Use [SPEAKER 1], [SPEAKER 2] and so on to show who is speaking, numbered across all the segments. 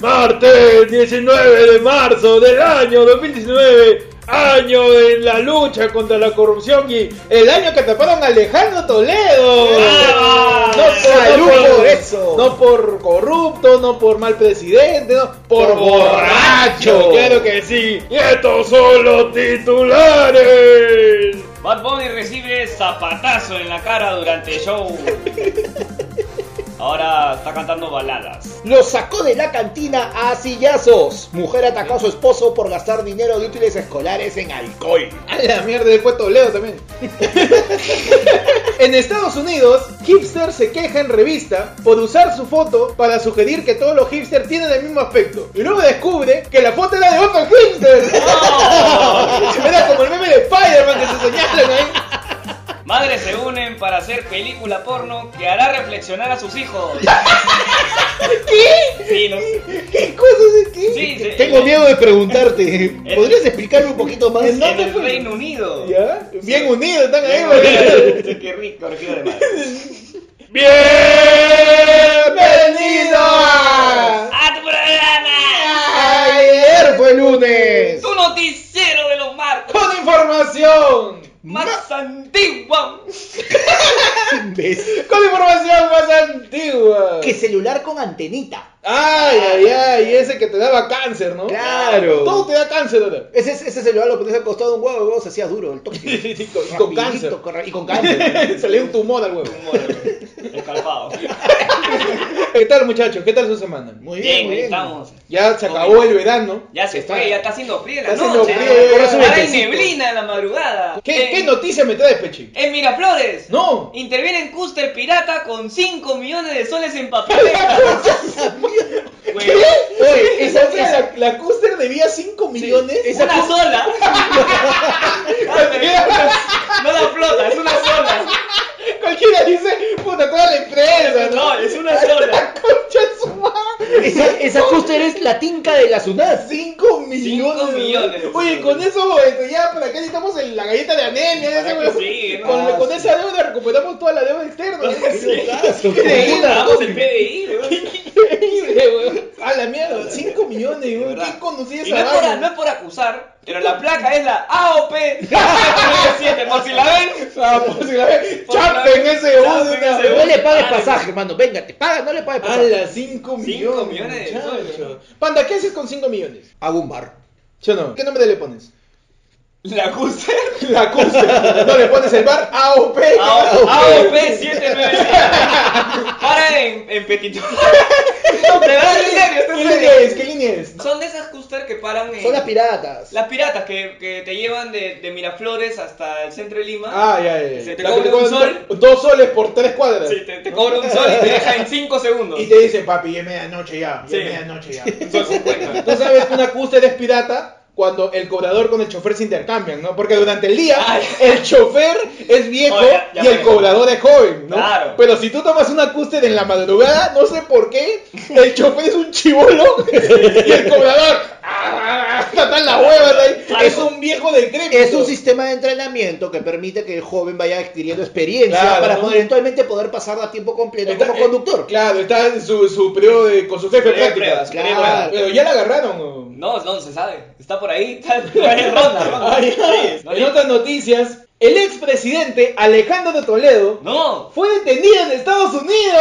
[SPEAKER 1] martes 19 de marzo del año 2019, año en la lucha contra la corrupción y
[SPEAKER 2] El año que taparon a Alejandro Toledo.
[SPEAKER 1] ¡Ah!
[SPEAKER 2] No por, no
[SPEAKER 1] ¡Salud
[SPEAKER 2] por-
[SPEAKER 1] por eso!
[SPEAKER 2] No por corrupto, no por mal presidente, no por, borracho.
[SPEAKER 1] Claro que sí. Y estos son los titulares.
[SPEAKER 3] Bad Bunny recibe zapatazo en la cara durante show. Ahora está cantando baladas.
[SPEAKER 2] Lo sacó de la cantina a sillazos. Mujer atacó a su esposo por gastar dinero de útiles escolares en alcohol.
[SPEAKER 1] A la mierda de Puerto Leo también.
[SPEAKER 2] En Estados Unidos, hipster se queja en revista por usar su foto para sugerir que todos los hipsters tienen el mismo aspecto. Y luego descubre que la foto era de otro hipster. Era como el meme de Spider-Man que se señalan ahí.
[SPEAKER 3] Madres se unen para hacer película porno que hará reflexionar a sus hijos. ¿Qué? Sí, no-
[SPEAKER 2] ¿Qué cosas aquí?
[SPEAKER 3] Sí, sí.
[SPEAKER 4] Tengo miedo de preguntarte. ¿Podrías explicarme un poquito más?
[SPEAKER 2] ¿En
[SPEAKER 3] En
[SPEAKER 2] dónde
[SPEAKER 3] el
[SPEAKER 2] fue?
[SPEAKER 3] Reino Unido.
[SPEAKER 2] ¿Ya? Bien unidos están ahí, güey.
[SPEAKER 3] Qué rico, rico de madre.
[SPEAKER 2] ¡Bienvenido a...
[SPEAKER 3] ¡A tu programa!
[SPEAKER 2] Ayer fue lunes.
[SPEAKER 3] ¡Tu noticiero de los marcos!
[SPEAKER 2] Con información.
[SPEAKER 3] ¡Más antigua!
[SPEAKER 2] Con información más antigua.
[SPEAKER 4] Que celular con antenita.
[SPEAKER 2] Ay, ay, ay, ese que te daba cáncer, ¿no?
[SPEAKER 4] Claro.
[SPEAKER 2] Todo te da cáncer ahora.
[SPEAKER 4] Ese, ese celular lo ponías al costado de un huevo, el huevo se hacía duro, el toque.
[SPEAKER 2] Y con, y con
[SPEAKER 4] Rapidito,
[SPEAKER 2] cáncer.
[SPEAKER 4] corra- Y con cáncer.
[SPEAKER 2] Salió un tumor al huevo.
[SPEAKER 3] Escalfado.
[SPEAKER 2] ¿Qué tal, muchachos? ¿Qué tal su semana?
[SPEAKER 4] Muy
[SPEAKER 3] Bien,
[SPEAKER 4] muy
[SPEAKER 3] estamos.
[SPEAKER 2] Ya se acabó el verano.
[SPEAKER 3] Ya se
[SPEAKER 2] Está-
[SPEAKER 3] fue, ya está haciendo frío en la
[SPEAKER 2] Está haciendo
[SPEAKER 3] noche.
[SPEAKER 2] frío, ya, ya,
[SPEAKER 3] Ahora
[SPEAKER 2] ya.
[SPEAKER 3] hay
[SPEAKER 2] Correcto.
[SPEAKER 3] neblina en la madrugada.
[SPEAKER 2] ¿Qué,
[SPEAKER 3] En-
[SPEAKER 2] ¿Qué noticia me traes, Pechi?
[SPEAKER 3] En Miraflores.
[SPEAKER 2] No.
[SPEAKER 3] Interviene en Custer Pirata con 5 millones de soles en papeleta. Huevón.
[SPEAKER 2] Oye, esa, esa- la, la Custer debía 5 millones.
[SPEAKER 3] Una sola. No la flota, es una sola.
[SPEAKER 2] Cualquiera dice, puta, toda la empresa, ¿no?
[SPEAKER 3] No, es una sola.
[SPEAKER 2] Concha de su madre.
[SPEAKER 4] Esa, esa Custer es la tinca de la SUNAT.
[SPEAKER 2] 5 millones.
[SPEAKER 3] Cinco millones.
[SPEAKER 2] Oye, con eso, este, ya, ¿para qué necesitamos el- la galleta de anemia?
[SPEAKER 3] Para
[SPEAKER 2] ese,
[SPEAKER 3] que
[SPEAKER 2] weón?
[SPEAKER 3] sí, ¿no?
[SPEAKER 2] con, con esa deuda recuperamos toda la deuda externa.
[SPEAKER 4] Caso.
[SPEAKER 2] Increíble,
[SPEAKER 3] Vamos el
[SPEAKER 2] weón.
[SPEAKER 3] PDI. huevón.
[SPEAKER 2] Increíble, weón. A la mierda, 5 millones, weón.
[SPEAKER 3] verdad.
[SPEAKER 2] ¿Quién conducía
[SPEAKER 3] Y no
[SPEAKER 2] esa
[SPEAKER 3] es, por,
[SPEAKER 2] vaina?
[SPEAKER 3] no es por acusar, pero la placa es la AOP 797. Por si la ven,
[SPEAKER 2] Ah, pues, la ve-
[SPEAKER 3] Por la-
[SPEAKER 2] Chapen ese
[SPEAKER 3] Chapen
[SPEAKER 2] weón de una
[SPEAKER 3] ese
[SPEAKER 2] vez.
[SPEAKER 4] No le pagues pasaje, hermano. Venga, te pagas, no le pagues
[SPEAKER 2] A
[SPEAKER 4] pasaje.
[SPEAKER 2] las 5 millones.
[SPEAKER 3] Cinco millones de
[SPEAKER 2] muchacho.
[SPEAKER 3] soles.
[SPEAKER 2] Panda, ¿qué haces con 5 millones?
[SPEAKER 4] Hago un bar.
[SPEAKER 2] ¿Sí o no? ¿Qué nombre le pones?
[SPEAKER 3] la acusa.
[SPEAKER 2] La Custer. No le pones el bar AOP.
[SPEAKER 3] AOP, 797. Para en, en Petito. Te vas en serio, estás
[SPEAKER 2] ¿Qué
[SPEAKER 3] en
[SPEAKER 2] línea
[SPEAKER 3] serio.
[SPEAKER 2] es? ¿Qué línea es?
[SPEAKER 3] Son de esas custer que paran en.
[SPEAKER 4] Son las piratas.
[SPEAKER 3] las piratas que, que te llevan de, de Miraflores hasta el centro de Lima.
[SPEAKER 2] Ah, ya, ya. ya.
[SPEAKER 3] Se te
[SPEAKER 2] La
[SPEAKER 3] cobra
[SPEAKER 2] que cobran
[SPEAKER 3] un sol.
[SPEAKER 2] do- Dos soles por tres cuadras.
[SPEAKER 3] Sí, te, te cobra un sol y te deja en 5 segundos.
[SPEAKER 2] Y te dicen, papi, ya es medianoche ya. Ya
[SPEAKER 3] Sí.
[SPEAKER 2] es medianoche ya.
[SPEAKER 3] Un sol cincuenta.
[SPEAKER 2] Tú sabes que una cúster es pirata cuando el cobrador con el chofer se intercambian, ¿no? Porque durante el día
[SPEAKER 3] Ah,
[SPEAKER 2] el chofer es viejo
[SPEAKER 3] Oh, ya, ya
[SPEAKER 2] y el
[SPEAKER 3] me-
[SPEAKER 2] cobrador es joven, ¿no?
[SPEAKER 3] Claro.
[SPEAKER 2] Pero si tú tomas una cúster en la madrugada, no sé por qué, el chofer es un chivolo y el cobrador ¡ah! está tan la hueva ahí.
[SPEAKER 3] Claro.
[SPEAKER 2] Es un viejo de crédito.
[SPEAKER 4] Es un sistema de entrenamiento que permite que el joven vaya adquiriendo experiencia
[SPEAKER 2] Claro,
[SPEAKER 4] para
[SPEAKER 2] ¿no?
[SPEAKER 4] poder eventualmente poder pasar a tiempo completo
[SPEAKER 2] Está-
[SPEAKER 4] como conductor.
[SPEAKER 2] Claro, está en su, su periodo de, con su jefe
[SPEAKER 3] Periodo de
[SPEAKER 2] prácticas.
[SPEAKER 3] pruebas,
[SPEAKER 4] periodo de pruebas.
[SPEAKER 2] Pero ya la agarraron. ¿no?
[SPEAKER 3] No, no se sabe. Está por ahí, está en ronda, ronda.
[SPEAKER 2] Ay, ay.
[SPEAKER 3] Sí, no,
[SPEAKER 2] en otras noticias, el expresidente Alejandro de Toledo
[SPEAKER 3] No.
[SPEAKER 2] fue detenido en Estados Unidos.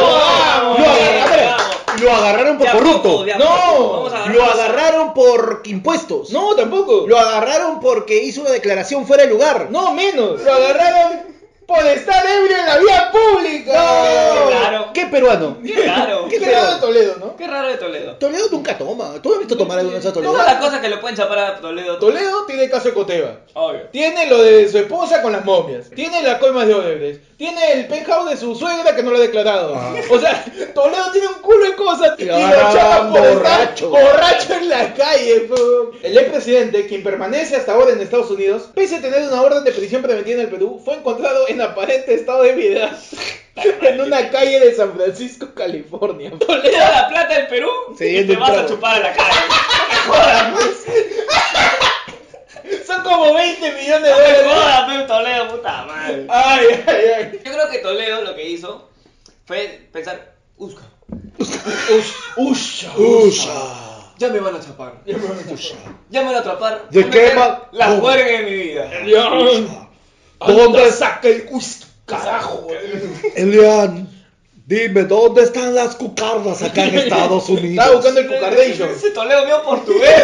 [SPEAKER 3] Vamos,
[SPEAKER 4] Lo
[SPEAKER 3] vamos,
[SPEAKER 4] agarraron,
[SPEAKER 3] vamos.
[SPEAKER 4] lo agarraron por
[SPEAKER 3] Ya
[SPEAKER 4] corrupto.
[SPEAKER 3] poco, ya
[SPEAKER 2] No.
[SPEAKER 3] poco. Vamos a
[SPEAKER 4] Lo
[SPEAKER 3] agarrar-
[SPEAKER 4] agarraron por impuestos.
[SPEAKER 2] No, tampoco.
[SPEAKER 4] Lo agarraron porque hizo una declaración fuera de lugar.
[SPEAKER 2] No, menos. Lo agarraron por estar ebrio en la vía pública.
[SPEAKER 3] Claro.
[SPEAKER 4] ¿Qué peruano?
[SPEAKER 3] Qué raro.
[SPEAKER 2] Qué
[SPEAKER 3] Qué,
[SPEAKER 2] raro de Toledo, ¿no?
[SPEAKER 3] raro de Toledo.
[SPEAKER 4] Toledo nunca toma. ¿Tú has visto tomar alguna vez a Toledo?
[SPEAKER 3] Todas las cosas que le pueden chapar a Toledo.
[SPEAKER 2] Toledo tiene caso de Coteva.
[SPEAKER 3] Obvio.
[SPEAKER 2] Tiene lo de su esposa con las momias. Tiene las coimas de Odebrecht. Tiene el penthouse de su suegra que no lo ha declarado. O sea, Toledo tiene un culo de cosas y
[SPEAKER 4] Y
[SPEAKER 2] lo
[SPEAKER 4] ahora
[SPEAKER 2] chapan por borracho.
[SPEAKER 4] borracho.
[SPEAKER 2] borracho en la calle. po. El expresidente, quien permanece hasta ahora en Estados Unidos, pese a tener una orden de prisión preventiva en el Perú, fue encontrado en aparente estado de vida en una calle de San Francisco, California.
[SPEAKER 3] Le da la plata del Perú y
[SPEAKER 4] Siguiendo
[SPEAKER 3] te
[SPEAKER 4] el
[SPEAKER 3] vas a
[SPEAKER 4] trago.
[SPEAKER 3] chupar a la cara.
[SPEAKER 2] Son como 20 millones de
[SPEAKER 3] No me
[SPEAKER 2] dólares.
[SPEAKER 3] jodas, pe, Toledo, puta madre.
[SPEAKER 2] Ay, ay, ay.
[SPEAKER 3] Yo creo que Toledo lo que hizo fue pensar,
[SPEAKER 5] Usca.
[SPEAKER 1] Usha.
[SPEAKER 4] Usha.
[SPEAKER 5] Ya me van a chapar.
[SPEAKER 4] Usha.
[SPEAKER 5] Ya me van a atrapar.
[SPEAKER 4] ¿De
[SPEAKER 5] Van a
[SPEAKER 4] qué
[SPEAKER 5] ser
[SPEAKER 4] va-
[SPEAKER 5] Las
[SPEAKER 4] cómo?
[SPEAKER 5] mueren en mi vida.
[SPEAKER 1] Ya.
[SPEAKER 4] ¿Dónde
[SPEAKER 1] Anda,
[SPEAKER 4] está?
[SPEAKER 1] saca el Usha? Carajo.
[SPEAKER 4] Elian, dime, ¿dónde están las cucardas acá en Estados
[SPEAKER 2] Estaba
[SPEAKER 4] Unidos?
[SPEAKER 2] buscando el Cucardation.
[SPEAKER 5] Ese toleo mío portugués.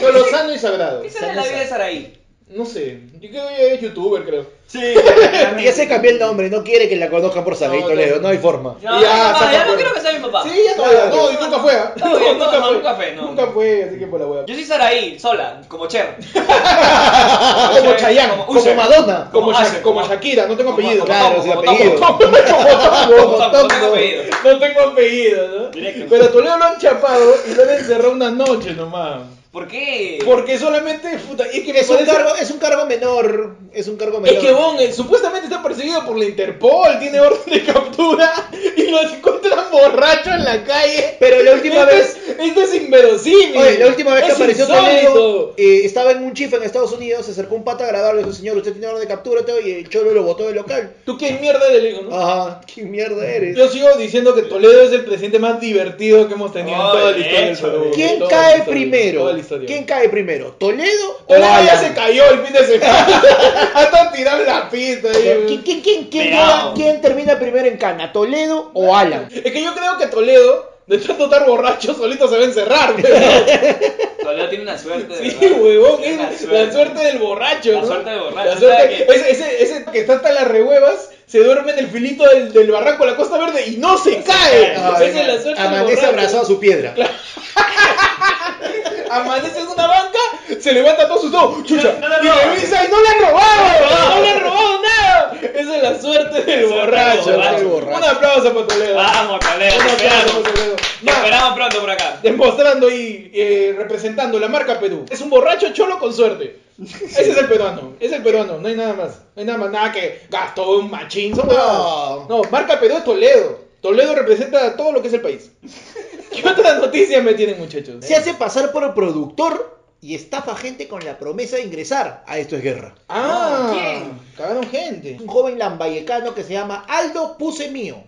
[SPEAKER 2] Pero sano y sagrado.
[SPEAKER 3] ¿Qué sale de la vida de Saraí?
[SPEAKER 2] No sé. Yo creo que es youtuber, creo.
[SPEAKER 5] Sí.
[SPEAKER 4] Ya se cambió el nombre, no quiere que la conozcan por
[SPEAKER 2] No,
[SPEAKER 4] Sabito
[SPEAKER 2] no.
[SPEAKER 4] Leo, no hay forma.
[SPEAKER 3] No,
[SPEAKER 2] Ya,
[SPEAKER 3] ya, papá,
[SPEAKER 2] saca
[SPEAKER 3] ya no
[SPEAKER 2] fuera.
[SPEAKER 3] quiero que sea mi papá.
[SPEAKER 2] Sí, ya está.
[SPEAKER 4] Claro.
[SPEAKER 2] No, y nunca fue. ¿ah?
[SPEAKER 3] No, no,
[SPEAKER 2] nunca
[SPEAKER 3] no,
[SPEAKER 2] fue.
[SPEAKER 3] nunca fue, no.
[SPEAKER 2] Nunca fue, así que por la hueá.
[SPEAKER 3] Yo soy Saraí, sola, como Cher.
[SPEAKER 2] Como Chayanne,
[SPEAKER 3] como
[SPEAKER 4] Como
[SPEAKER 3] Usher.
[SPEAKER 4] Madonna.
[SPEAKER 2] Como,
[SPEAKER 3] Como
[SPEAKER 2] Sha-
[SPEAKER 3] Asher,
[SPEAKER 2] como
[SPEAKER 3] como-
[SPEAKER 2] Shakira, no tengo
[SPEAKER 3] como-
[SPEAKER 2] apellido.
[SPEAKER 3] como-
[SPEAKER 4] Claro, sin
[SPEAKER 3] como
[SPEAKER 4] apellido.
[SPEAKER 3] Como Tom, como tengo apellido.
[SPEAKER 2] No tengo apellido, ¿no?
[SPEAKER 3] Directo.
[SPEAKER 2] Pero Toledo lo han chapado y lo han encerrado una noche nomás.
[SPEAKER 3] ¿Por qué?
[SPEAKER 2] Porque solamente. Puta, es que me
[SPEAKER 4] Es un
[SPEAKER 2] parece-
[SPEAKER 4] cargo, es un cargo menor, es un cargo menor.
[SPEAKER 2] Es que Bon eh, supuestamente está perseguido por la Interpol, tiene orden de captura y lo encuentran borracho en la calle.
[SPEAKER 4] Pero la última
[SPEAKER 2] Esto
[SPEAKER 4] vez-
[SPEAKER 2] es- esto es inverosímil.
[SPEAKER 4] Oye, la última vez que
[SPEAKER 2] Es
[SPEAKER 4] apareció
[SPEAKER 2] insólito.
[SPEAKER 4] Toledo, eh, estaba en un chifa en Estados Unidos, se acercó un pata a grabarle, dijo, señor, usted tiene orden de captura, todo", y el cholo lo botó del local.
[SPEAKER 2] ¿Tú qué mierda eres? Le digo, ¿no?
[SPEAKER 4] Ajá, qué mierda eres.
[SPEAKER 2] Yo sigo diciendo que Toledo es el presidente más divertido que hemos tenido
[SPEAKER 5] Oh,
[SPEAKER 2] en toda la
[SPEAKER 5] de
[SPEAKER 2] historia del
[SPEAKER 5] hecho,
[SPEAKER 2] Perú.
[SPEAKER 4] ¿Quién
[SPEAKER 2] Toda la
[SPEAKER 4] cae
[SPEAKER 2] historia,
[SPEAKER 4] primero?
[SPEAKER 2] toda la historia.
[SPEAKER 4] ¿Quién cae primero? ¿Toledo o
[SPEAKER 2] Toledo ya
[SPEAKER 4] Alan?
[SPEAKER 2] se cayó el fin de semana. Hasta tiraron la pista. ahí.
[SPEAKER 4] ¿Quién, quién, quién, quién
[SPEAKER 5] Pegado.
[SPEAKER 4] llega- quién termina primero en cana? ¿Toledo o Alan?
[SPEAKER 2] Es que yo creo que Toledo, de tanto estar borracho, solito se va a encerrar. ¿no?
[SPEAKER 3] Toledo tiene una suerte. de
[SPEAKER 2] Sí,
[SPEAKER 3] verdad.
[SPEAKER 2] huevón,
[SPEAKER 3] Tiene
[SPEAKER 2] es
[SPEAKER 3] una
[SPEAKER 2] la suerte. del borracho.
[SPEAKER 3] La
[SPEAKER 2] ¿no?
[SPEAKER 3] suerte del borracho,
[SPEAKER 2] La suerte-
[SPEAKER 3] o sea que-
[SPEAKER 2] ese, ese, ese que está hasta las rehuevas se duerme en el filito del, del barranco de la Costa Verde y no se cae.
[SPEAKER 4] Ah,
[SPEAKER 2] Esa es la suerte del
[SPEAKER 4] Amanece
[SPEAKER 2] borracho.
[SPEAKER 4] abrazado a su piedra.
[SPEAKER 2] Amanece en una banca, se levanta todos sus ojos, chucha,
[SPEAKER 5] No, no la
[SPEAKER 2] y
[SPEAKER 5] robaron.
[SPEAKER 2] revisa y no le han robado, no le han robado nada. Esa es la suerte del
[SPEAKER 3] suerte del
[SPEAKER 2] borracho.
[SPEAKER 4] borracho.
[SPEAKER 2] Un aplauso para Toledo.
[SPEAKER 3] Vamos, Toledo.
[SPEAKER 2] Un
[SPEAKER 3] te
[SPEAKER 2] aplauso para
[SPEAKER 3] Esperamos.
[SPEAKER 2] Toledo.
[SPEAKER 3] Te
[SPEAKER 2] Nada,
[SPEAKER 3] esperamos pronto por acá.
[SPEAKER 2] Demostrando y eh, representando la marca Perú. Es un borracho cholo con suerte. Ese es el peruano, es el peruano, no hay nada más. No hay nada más, nada que gastó un machín. son
[SPEAKER 4] No.
[SPEAKER 2] huevadas. no, marca Perú es Toledo. Toledo representa todo lo que es el país. ¿Qué otras noticias me tienen, muchachos?
[SPEAKER 4] Se hace pasar por productor y estafa gente con la promesa de ingresar a Esto es Guerra.
[SPEAKER 2] Ah,
[SPEAKER 3] ¿Quién?
[SPEAKER 2] cagaron gente.
[SPEAKER 4] Un joven lambayecano que se llama Aldo Puse Mío.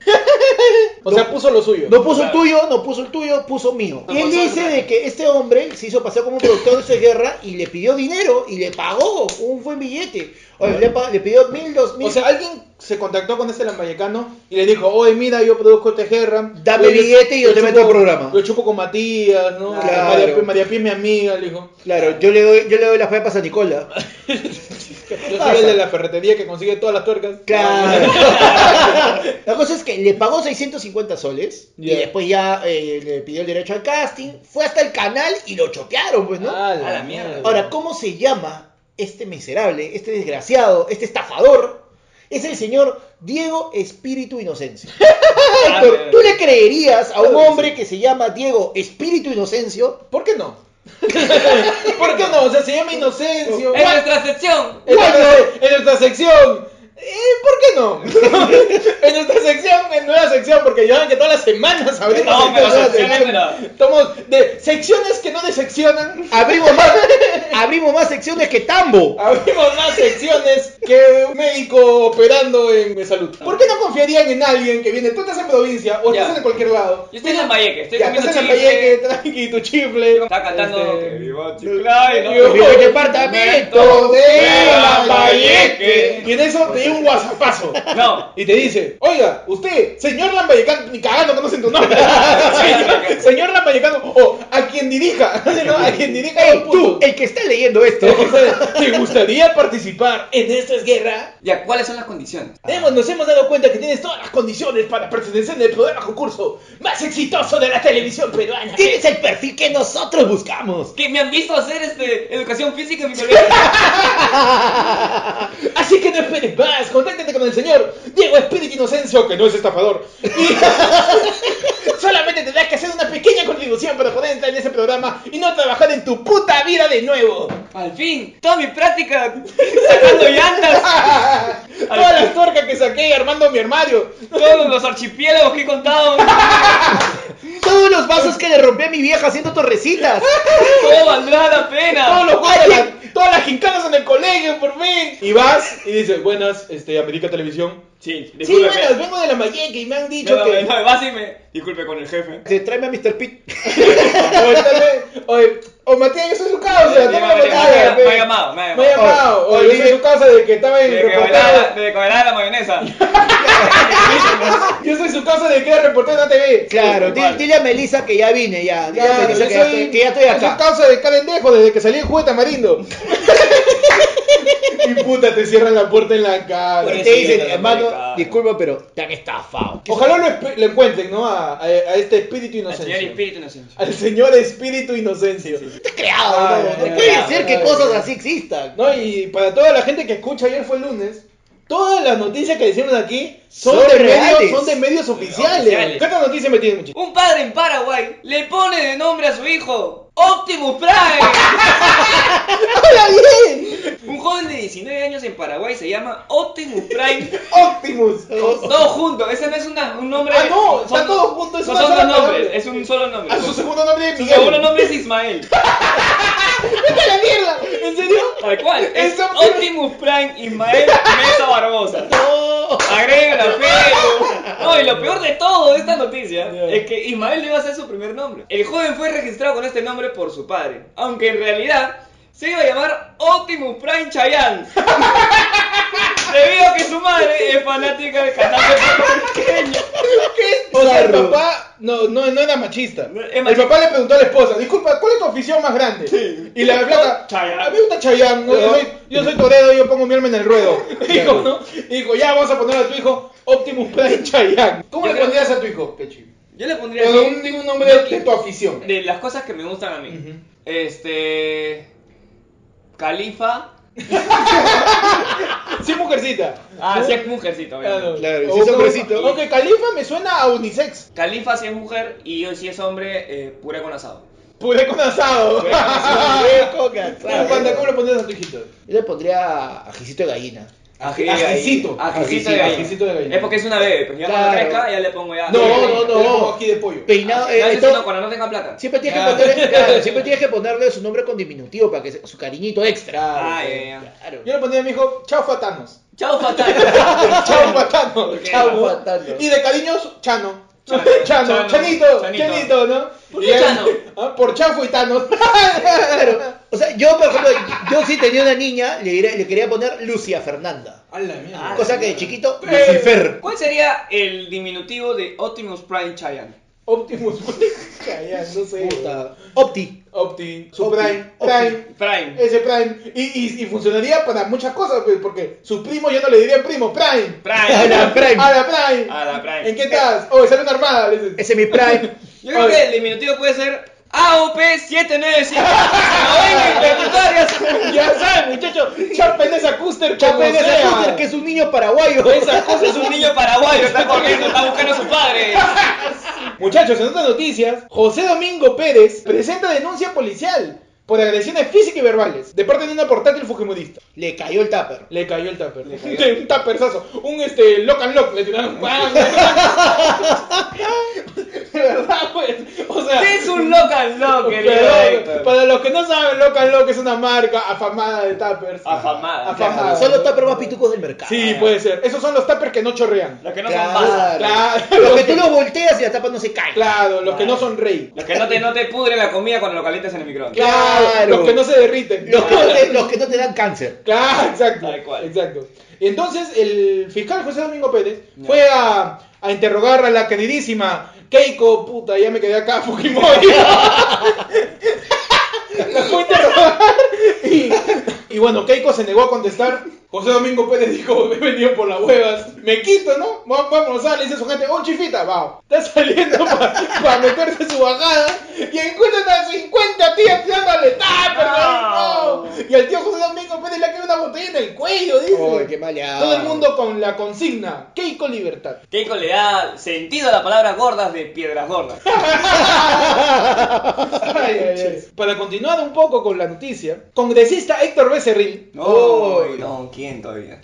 [SPEAKER 2] O sea, puso lo suyo.
[SPEAKER 4] No puso el tuyo, no puso el tuyo, puso mío. Y él dice de que este hombre se hizo pasar como productor de Esto es Guerra y le pidió dinero y le pagó un buen billete. Oye, le, pa- le pidió mil, dos mil.
[SPEAKER 2] O sea, alguien se contactó con ese lambayecano y le dijo, oye, mira, yo produzco este guerra.
[SPEAKER 4] Dame billete y yo te meto al programa.
[SPEAKER 2] Yo chupo con Matías, ¿no?
[SPEAKER 4] Claro.
[SPEAKER 2] María, Pi- María Pi es mi amiga, le dijo.
[SPEAKER 4] claro, yo le doy, yo le doy la fe para San Nicola.
[SPEAKER 2] Yo soy
[SPEAKER 4] pasa?
[SPEAKER 2] el de la ferretería que consigue todas las tuercas.
[SPEAKER 4] Claro. La cosa es que le pagó 650 soles
[SPEAKER 2] Ya.
[SPEAKER 4] y después ya eh, le pidió el derecho al casting, fue hasta el canal y lo choquearon, pues, ¿no?
[SPEAKER 2] Ah,
[SPEAKER 3] A la mierda.
[SPEAKER 4] Ahora, ¿cómo se llama este miserable, este desgraciado, este estafador? Es el señor Diego Espíritu Inocencio. Héctor, ¿tú le creerías a un
[SPEAKER 2] Claro que
[SPEAKER 4] hombre que se llama Diego Espíritu Inocencio?
[SPEAKER 2] ¿Por qué no? ¿Por qué no? O sea, se llama Inocencio.
[SPEAKER 3] En este- nuestra sección.
[SPEAKER 2] En nuestra, en nuestra sección. Eh, ¿Por qué no? en nuestra sección, en nueva sección, porque ya ven que todas las semanas abrimos
[SPEAKER 3] No, pero
[SPEAKER 2] secciones,
[SPEAKER 3] secciones,
[SPEAKER 2] secciones.
[SPEAKER 3] pero-
[SPEAKER 2] Estamos de secciones que no decepcionan.
[SPEAKER 4] Abrimos más, abrimos más secciones que Tambo.
[SPEAKER 2] Ah, Abrimos más secciones que un médico operando en salud. ¿Por qué no confiarían en alguien que viene? Tú estás en provincia o
[SPEAKER 3] Ya.
[SPEAKER 2] estás en cualquier lado.
[SPEAKER 3] Yo estoy en Lambayeque, estoy
[SPEAKER 2] Ya,
[SPEAKER 3] comiendo
[SPEAKER 2] estás en
[SPEAKER 3] chile.
[SPEAKER 2] Payeque, tranqui, tu chifle.
[SPEAKER 3] Está cantando.
[SPEAKER 2] Este,
[SPEAKER 3] Que viva Chiclayo, ¿no?
[SPEAKER 2] Yo-
[SPEAKER 4] Vivo en departamento
[SPEAKER 2] de
[SPEAKER 4] Lambayeque.
[SPEAKER 2] Lambayeque. Y en eso te llega un whatsappazo.
[SPEAKER 3] No.
[SPEAKER 2] Y te dice, oiga, usted, señor Lambayecano, ni cagando conocen tu nombre. Señor- señor Lambayecano, o a quien dirija, ¿no? A quien dirija.
[SPEAKER 4] Ey,
[SPEAKER 2] los
[SPEAKER 4] tú,
[SPEAKER 2] puntos.
[SPEAKER 4] el que está leyendo esto.
[SPEAKER 2] Eh, ¿Te gustaría participar en esta guerra?
[SPEAKER 3] Ya, ¿cuáles son las condiciones?
[SPEAKER 2] Hemos- nos hemos dado cuenta que tienes todas las condiciones para pertenecer en el programa concurso más exitoso de la televisión peruana.
[SPEAKER 4] Tienes el perfil que nosotros buscamos.
[SPEAKER 3] Que me han visto hacer este, educación física en mi colegio.
[SPEAKER 2] Así que no esperes más, contáctate con el señor Diego Espíritu Inocencio, que no es estafador. Y solamente tendrás que hacer una pequeña contribución para poder entrar en ese programa y no trabajar en tu puta vida de nuevo.
[SPEAKER 3] Al fin, toda mi práctica sacando llantas.
[SPEAKER 2] Todas las tuercas que saqué armando mi armario.
[SPEAKER 3] Todos los archipiélagos que he contado,
[SPEAKER 4] Todos los vasos que le rompí a mi vieja haciendo torrecitas.
[SPEAKER 3] todo valdrá la pena.
[SPEAKER 2] Todos los juegos de la- todas las gincanas en el colegio, por fin. Y vas y dices, buenas, este, América Televisión.
[SPEAKER 5] Sí,
[SPEAKER 2] Sí,
[SPEAKER 5] discúlpeme.
[SPEAKER 2] buenas, vengo de la Mayeca y me han dicho
[SPEAKER 5] no, no,
[SPEAKER 2] que...
[SPEAKER 5] no, me vas y me... Disculpe con el jefe.
[SPEAKER 4] Se tráeme a Mr. Pete.
[SPEAKER 2] O tal vez, oye, o Matías, yo soy su causa,
[SPEAKER 5] Sí,
[SPEAKER 2] toma
[SPEAKER 5] me-
[SPEAKER 2] la
[SPEAKER 5] me-
[SPEAKER 2] batalla,
[SPEAKER 5] me-
[SPEAKER 2] pe.
[SPEAKER 5] me ha llamado, me ha
[SPEAKER 2] Me ha
[SPEAKER 5] llamado.
[SPEAKER 2] llamado, o
[SPEAKER 4] Oye,
[SPEAKER 2] yo soy
[SPEAKER 4] oye,
[SPEAKER 2] su causa de que estaba en
[SPEAKER 5] Desde que bailaba-
[SPEAKER 2] reportaje.
[SPEAKER 5] desde que bailaba la mayonesa.
[SPEAKER 2] Yo soy su causa de que era reportero en la TV.
[SPEAKER 4] Claro, di-
[SPEAKER 5] igual.
[SPEAKER 4] dile a Melissa que ya vine, ya. Dile a
[SPEAKER 2] Claro,
[SPEAKER 4] Melissa
[SPEAKER 2] yo
[SPEAKER 4] que ya, estoy,
[SPEAKER 2] soy,
[SPEAKER 4] que ya estoy
[SPEAKER 2] yo soy
[SPEAKER 4] acá.
[SPEAKER 2] causa de calendejo desde que salí el juguete tamarindo. y puta, te cierran la puerta en la cara.
[SPEAKER 4] Y
[SPEAKER 5] Porque
[SPEAKER 4] te
[SPEAKER 5] sí,
[SPEAKER 4] dicen,
[SPEAKER 5] te lo
[SPEAKER 4] hermano,
[SPEAKER 5] publicaron.
[SPEAKER 4] disculpa, pero te han estafado.
[SPEAKER 2] Ojalá lo, espe- lo encuentren, ¿no? A, a- a este espíritu
[SPEAKER 5] El
[SPEAKER 2] inocencio.
[SPEAKER 5] señor espíritu inocencio.
[SPEAKER 2] Al señor espíritu inocencio.
[SPEAKER 4] Está creado,
[SPEAKER 2] Ay,
[SPEAKER 4] no,
[SPEAKER 2] ay,
[SPEAKER 4] no
[SPEAKER 2] ay,
[SPEAKER 4] puede
[SPEAKER 2] ay,
[SPEAKER 4] ser
[SPEAKER 2] ay,
[SPEAKER 4] que
[SPEAKER 2] ay.
[SPEAKER 4] cosas así existan.
[SPEAKER 2] No, y para toda la gente que escucha, ayer fue el lunes. Todas las noticias que decimos aquí son,
[SPEAKER 4] Son
[SPEAKER 2] de,
[SPEAKER 4] reales.
[SPEAKER 2] medios, son de medios oficiales.
[SPEAKER 5] Oficiales.
[SPEAKER 2] ¿Qué otra noticia me tienen, muchachos?
[SPEAKER 3] Un padre en Paraguay le pone de nombre a su hijo Optimus Prime.
[SPEAKER 2] ¡Hola, bien!
[SPEAKER 3] Un joven de 19 años en Paraguay se llama Optimus Prime.
[SPEAKER 2] Optimus.
[SPEAKER 3] Todos juntos, ese no es una- un nombre.
[SPEAKER 2] Ah, no,
[SPEAKER 3] son-
[SPEAKER 2] está todo junto, es
[SPEAKER 3] no
[SPEAKER 2] una
[SPEAKER 3] son
[SPEAKER 2] sola
[SPEAKER 3] dos nombres,
[SPEAKER 2] palabra.
[SPEAKER 3] es un solo nombre.
[SPEAKER 2] A su segundo nombre es
[SPEAKER 3] Su
[SPEAKER 2] Miguel.
[SPEAKER 3] segundo nombre es Ismael.
[SPEAKER 2] ¡Vete a la mierda! ¿En serio?
[SPEAKER 3] Tal cual, es
[SPEAKER 2] Esa-
[SPEAKER 3] Optimus Prime Ismael Mesa Barbosa.
[SPEAKER 4] No.
[SPEAKER 3] Agrega la fe. No, y lo peor de todo de esta noticia
[SPEAKER 2] Ya.
[SPEAKER 3] es que Ismael no iba a ser su primer nombre. El joven fue registrado con este nombre por su padre, aunque en realidad se iba a llamar Optimus Prime Chayanne. Debido a que su madre es fanática del canal puertorriqueño.
[SPEAKER 2] ¿Qué? O sea, el
[SPEAKER 4] Claro.
[SPEAKER 2] papá no, no, no era machista.
[SPEAKER 3] No, es
[SPEAKER 2] El
[SPEAKER 3] machista.
[SPEAKER 2] papá le preguntó a la esposa, disculpa, ¿cuál es tu afición más grande? Y la plata,
[SPEAKER 5] Chayanne.
[SPEAKER 2] a mí me gusta Chayanne, ¿no? yo, soy, yo soy torero, yo pongo mi alma en el ruedo. Dijo, ¿no? Y dijo, ya vamos a poner a tu hijo Optimus Prime Chayanne. ¿Cómo
[SPEAKER 3] Yo
[SPEAKER 2] le
[SPEAKER 3] creo-
[SPEAKER 2] pondrías a tu hijo, Pechi?
[SPEAKER 3] Yo le pondría
[SPEAKER 2] Con un,
[SPEAKER 3] así,
[SPEAKER 2] ningún nombre de, de tu afición.
[SPEAKER 3] de las cosas que me gustan a mí.
[SPEAKER 2] Ujú.
[SPEAKER 3] Este. Califa.
[SPEAKER 2] Sí, mujercita.
[SPEAKER 3] Ah,
[SPEAKER 2] ¿No?
[SPEAKER 3] si es mujercito, obviamente.
[SPEAKER 2] Claro, O
[SPEAKER 4] Claro, sí,
[SPEAKER 2] no,
[SPEAKER 4] sobrecito.
[SPEAKER 2] Aunque Califa me suena a unisex.
[SPEAKER 3] Califa si es mujer y yo si es hombre, eh, puré con asado.
[SPEAKER 2] Puré con asado.
[SPEAKER 3] Puré con
[SPEAKER 2] Ah.
[SPEAKER 3] asado.
[SPEAKER 2] Bueno, Panda, ¿cómo le pondrías a tu hijito?
[SPEAKER 4] Yo le pondría ajicito de gallina.
[SPEAKER 3] Ají,
[SPEAKER 2] Ajicito.
[SPEAKER 3] Ajicito de gallina.
[SPEAKER 2] Ajicito de gallina.
[SPEAKER 3] Es porque es una bebé, pero ya cuando
[SPEAKER 4] Claro.
[SPEAKER 3] crezca ya le pongo ya.
[SPEAKER 2] Le
[SPEAKER 4] No,
[SPEAKER 2] pongo-
[SPEAKER 4] no, no.
[SPEAKER 2] le pongo aquí de pollo.
[SPEAKER 4] Peinado,
[SPEAKER 3] Ah,
[SPEAKER 4] eh,
[SPEAKER 3] no, eso
[SPEAKER 4] esto-
[SPEAKER 3] no, cuando no tenga plata.
[SPEAKER 4] siempre, tienes que
[SPEAKER 2] Claro.
[SPEAKER 4] ponerle, claro, siempre tienes que ponerle su nombre con diminutivo para que se- su cariñito extra.
[SPEAKER 3] Ah, ya, ya.
[SPEAKER 4] Claro.
[SPEAKER 2] Yo le pondría a mi hijo, chao Fatanos.
[SPEAKER 3] Chao, fatal.
[SPEAKER 2] Chao Fatano.
[SPEAKER 3] Porque-
[SPEAKER 4] Chau, Fatano.
[SPEAKER 2] Y de cariños, Chano. Chano,
[SPEAKER 3] Chano, Chano,
[SPEAKER 2] Chanito,
[SPEAKER 3] Chanito.
[SPEAKER 2] Chanito, ¿no?
[SPEAKER 3] ¿Por qué
[SPEAKER 2] Y él-
[SPEAKER 3] Chano?
[SPEAKER 2] Ah, Por Chafo y Tano.
[SPEAKER 4] O sea, yo, por ejemplo, yo si tenía una niña, le, diré- le quería poner Lucia Fernanda.
[SPEAKER 2] A la mierda.
[SPEAKER 3] Ah,
[SPEAKER 4] Cosa que de chiquito,
[SPEAKER 2] Eh.
[SPEAKER 4] Lucifer.
[SPEAKER 3] ¿Cuál sería el diminutivo de Optimus Prime Chayanne?
[SPEAKER 2] Optimus. Calla, no sé.
[SPEAKER 4] Puta. Opti.
[SPEAKER 2] Opti. Su
[SPEAKER 4] Opti,
[SPEAKER 2] Prime.
[SPEAKER 4] Opti.
[SPEAKER 2] Prime.
[SPEAKER 3] Prime.
[SPEAKER 2] Ese Prime. Y, y, y funcionaría para muchas cosas, pues, porque su primo yo no le diría primo. Prime.
[SPEAKER 4] A
[SPEAKER 3] Ah, Prime.
[SPEAKER 4] la Prime.
[SPEAKER 2] A la Prime.
[SPEAKER 3] A la Prime.
[SPEAKER 2] ¿En qué estás? Oh, sale una armada. le dices.
[SPEAKER 4] Ese es mi Prime.
[SPEAKER 3] Yo creo
[SPEAKER 2] Oye.
[SPEAKER 3] que el diminutivo puede ser AOP 795. Novena interplanetarias.
[SPEAKER 2] Ya saben, muchachos. Chapen esa Custer.
[SPEAKER 4] Chapen
[SPEAKER 2] Chapen
[SPEAKER 4] ese
[SPEAKER 2] esa
[SPEAKER 4] Scooter, que es un niño paraguayo.
[SPEAKER 2] ah. Esa cosa
[SPEAKER 3] Es un niño paraguayo, está corriendo, está buscando a su padre.
[SPEAKER 2] Muchachos, en otras noticias, José Domingo Pérez presenta denuncia policial por agresiones físicas y verbales de parte de una portátil fujimodista.
[SPEAKER 4] Le cayó el tupper.
[SPEAKER 2] Le cayó el tupper.
[SPEAKER 5] cayó.
[SPEAKER 2] Sí, un tupperzazo. Un este, lock and lock. Le tiraron. ¡Pam! De verdad, pues. O sea.
[SPEAKER 3] ¿Qué es un local no, querido
[SPEAKER 2] pero,
[SPEAKER 3] Héctor?
[SPEAKER 2] para los que no saben, Lock and Lock es una marca afamada de tuppers.
[SPEAKER 3] Afamada.
[SPEAKER 2] Afamada.
[SPEAKER 4] Son los tuppers más pitucos del mercado.
[SPEAKER 2] Sí, puede ser. Ah. Esos son los tuppers que no chorrean.
[SPEAKER 3] Los que no
[SPEAKER 4] Claro.
[SPEAKER 3] son pasta.
[SPEAKER 2] Claro.
[SPEAKER 4] Lo que tú lo volteas y la tapa no se cae.
[SPEAKER 2] Claro, los que no son rey.
[SPEAKER 3] Los que no te, no te pudre la comida cuando lo calientas en el microondas.
[SPEAKER 2] Claro, los que no se derriten.
[SPEAKER 4] Los que, no te, los que no te dan cáncer.
[SPEAKER 2] Claro, exacto.
[SPEAKER 3] Tal cual.
[SPEAKER 2] Exacto. Entonces, el fiscal José Domingo Pérez
[SPEAKER 3] Ya.
[SPEAKER 2] fue a, a interrogar a la queridísima Keiko, puta, ya me quedé acá, Fujimori. La fue a interrogar y, y bueno, Keiko se negó a contestar. José Domingo Pérez dijo, me he venido por las huevas. Me quito, ¿no? Va- Vamos, sale, dice su gente, oh, chifita, va. Está saliendo para meterse su bajada y encuentran a 50 tías dándole tapa,
[SPEAKER 3] No.
[SPEAKER 2] "Ah, no. Y al tío José Domingo Pérez le ha quedado una botella en el cuello, dice.
[SPEAKER 4] Oy, Oh, qué maleado.
[SPEAKER 2] Todo el mundo con la consigna, Keiko Libertad.
[SPEAKER 3] Keiko le da sentido a la palabra gordas de piedras gordas.
[SPEAKER 2] Ay, ay, ay. Para continuar un poco con la noticia, congresista Héctor Becerril
[SPEAKER 3] No,
[SPEAKER 4] Uy.
[SPEAKER 3] no, ¿quién todavía?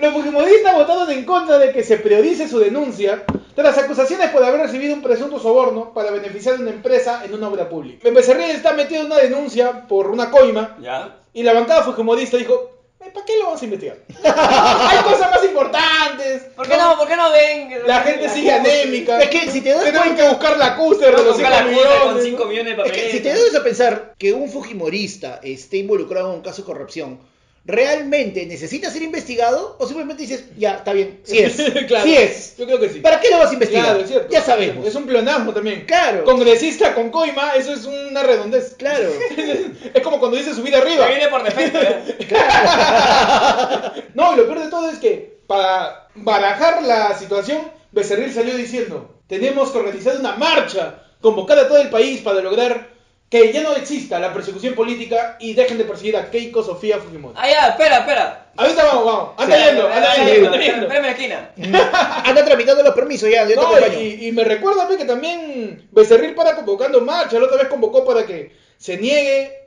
[SPEAKER 2] Los fujimoristas votaron en contra de que se periodice su denuncia tras acusaciones por haber recibido un presunto soborno para beneficiar a una empresa en una obra pública. Becerril está metido en una denuncia por una coima
[SPEAKER 5] ¿Ya?
[SPEAKER 2] y la bancada fujimorista dijo, "Eh, ¿para qué lo vamos a investigar? Hay cosas más importantes.
[SPEAKER 3] ¿Por qué no? ¿Por qué no ven?
[SPEAKER 2] La gente sigue anémica.
[SPEAKER 4] Es que si te das
[SPEAKER 2] Tenemos
[SPEAKER 4] cuenta-
[SPEAKER 2] que buscar la custer de
[SPEAKER 3] Tenemos
[SPEAKER 2] los
[SPEAKER 3] que
[SPEAKER 2] 5
[SPEAKER 3] buscar la custer
[SPEAKER 2] millones.
[SPEAKER 3] con
[SPEAKER 2] ¿no?
[SPEAKER 3] cinco millones de
[SPEAKER 4] Es que
[SPEAKER 3] papeles.
[SPEAKER 4] si te das a pensar que un fujimorista esté involucrado en un caso de corrupción, ¿realmente necesita ser investigado? ¿O simplemente dices, ya, está bien, sí es?
[SPEAKER 2] Claro,
[SPEAKER 4] Sí es.
[SPEAKER 2] Yo creo que sí.
[SPEAKER 4] ¿Para qué lo vas a investigar?
[SPEAKER 2] Claro, es cierto.
[SPEAKER 4] Ya sabemos.
[SPEAKER 2] Es un pleonasmo también.
[SPEAKER 4] Claro.
[SPEAKER 2] Congresista con coima, eso es una redondez.
[SPEAKER 4] Claro.
[SPEAKER 2] Es como cuando dice subir arriba.
[SPEAKER 3] Que viene por defecto, ¿eh?
[SPEAKER 2] No, y lo peor de todo es que para barajar la situación, Becerril salió diciendo, tenemos que organizar una marcha convocada a todo el país para lograr que ya no exista la persecución política y dejen de perseguir a Keiko Sofía Fujimori.
[SPEAKER 3] Ah, ya, espera, espera.
[SPEAKER 2] Ahorita vamos, vamos. Anda yendo, anda yendo, anda yendo.
[SPEAKER 3] Espérame en la esquina.
[SPEAKER 4] Anda tramitando los permisos, ya, yo te
[SPEAKER 2] No,
[SPEAKER 4] acompaño.
[SPEAKER 2] y, y me recuerda pues, que también Becerril para convocando marcha, la otra vez convocó para que se niegue